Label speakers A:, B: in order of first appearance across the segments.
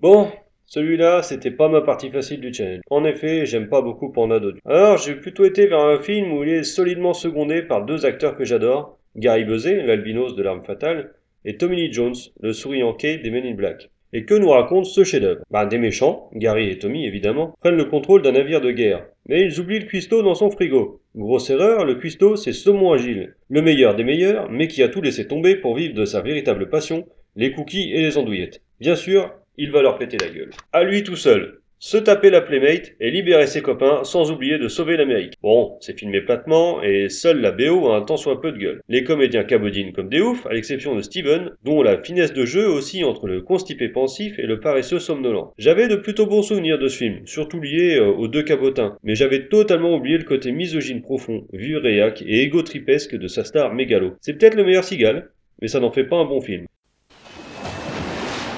A: Bon, celui-là, c'était pas ma partie facile du challenge. En effet, j'aime pas beaucoup Panda Dodu. Alors, j'ai plutôt été vers un film où il est solidement secondé par deux acteurs que j'adore, Gary Buzet, l'albinos de l'arme fatale, et Tommy Lee Jones, le souriant quai des Men in Black. Et que nous raconte ce chef-d'œuvre Ben, des méchants, Gary et Tommy évidemment, prennent le contrôle d'un navire de guerre. Mais ils oublient le cuistot dans son frigo. Grosse erreur, le cuistot c'est saumon agile, le meilleur des meilleurs, mais qui a tout laissé tomber pour vivre de sa véritable passion, les cookies et les andouillettes. Bien sûr, il va leur péter la gueule. À lui tout seul. Se taper la playmate et libérer ses copains sans oublier de sauver l'Amérique. Bon, c'est filmé platement et seule la BO a un tant soit peu de gueule. Les comédiens cabodinent comme des oufs, à l'exception de Steven, dont la finesse de jeu aussi entre le constipé pensif et le paresseux somnolent. J'avais de plutôt bons souvenirs de ce film, surtout lié euh, aux deux cabotins, mais j'avais totalement oublié le côté misogyne profond, vu réac et égotripesque de sa star mégalo. C'est peut-être le meilleur cigale, mais ça n'en fait pas un bon film.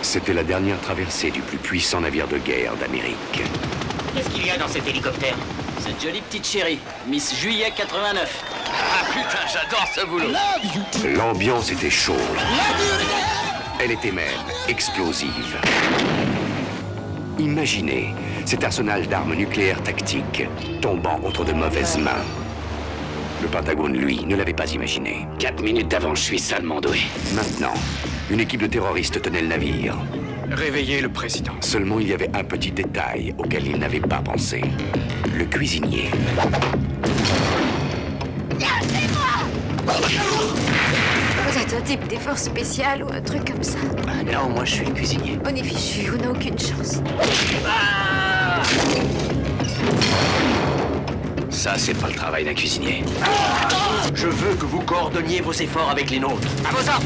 B: C'était la dernière traversée du plus puissant navire de guerre d'Amérique.
C: Qu'est-ce qu'il y a dans cet hélicoptère
D: Cette jolie petite chérie, Miss Juillet 89.
C: Ah putain, j'adore ce boulot
B: L'ambiance était chaude. Elle était même explosive. Imaginez cet arsenal d'armes nucléaires tactiques tombant contre de mauvaises mains. Le Pentagone, lui, ne l'avait pas imaginé.
D: Quatre minutes d'avance, je suis salement doué.
B: Maintenant, une équipe de terroristes tenait le navire.
E: Réveillez le président.
B: Seulement, il y avait un petit détail auquel il n'avait pas pensé. Le cuisinier.
F: Vous êtes un type d'effort spécial ou un truc comme ça
D: Ah non, moi je suis le cuisinier.
F: On est fichu, on n'a aucune chance.
D: Ça, c'est pas le travail d'un cuisinier.
C: Je veux que vous coordonniez vos efforts avec les nôtres. À vos ordres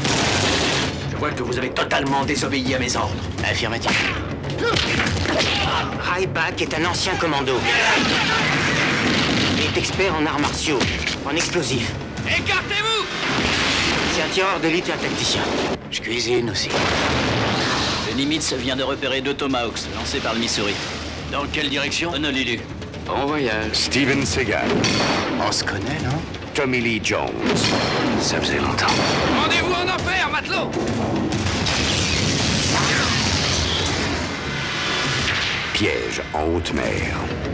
C: Je vois que vous avez totalement désobéi à mes ordres.
D: Affirmatif.
G: Ryback est un ancien commando. Il est expert en arts martiaux, en explosifs.
C: Écartez-vous
G: C'est un tireur d'élite et un tacticien.
D: Je cuisine aussi. Le Nimitz vient de repérer deux Tomahawks lancés par le Missouri. Dans quelle direction Honolulu.
B: Bon voyage. Steven Seagal.
D: On se connaît, non
B: Tommy Lee Jones.
D: Ça faisait longtemps.
C: Rendez-vous en enfer, matelot
B: Piège en haute mer.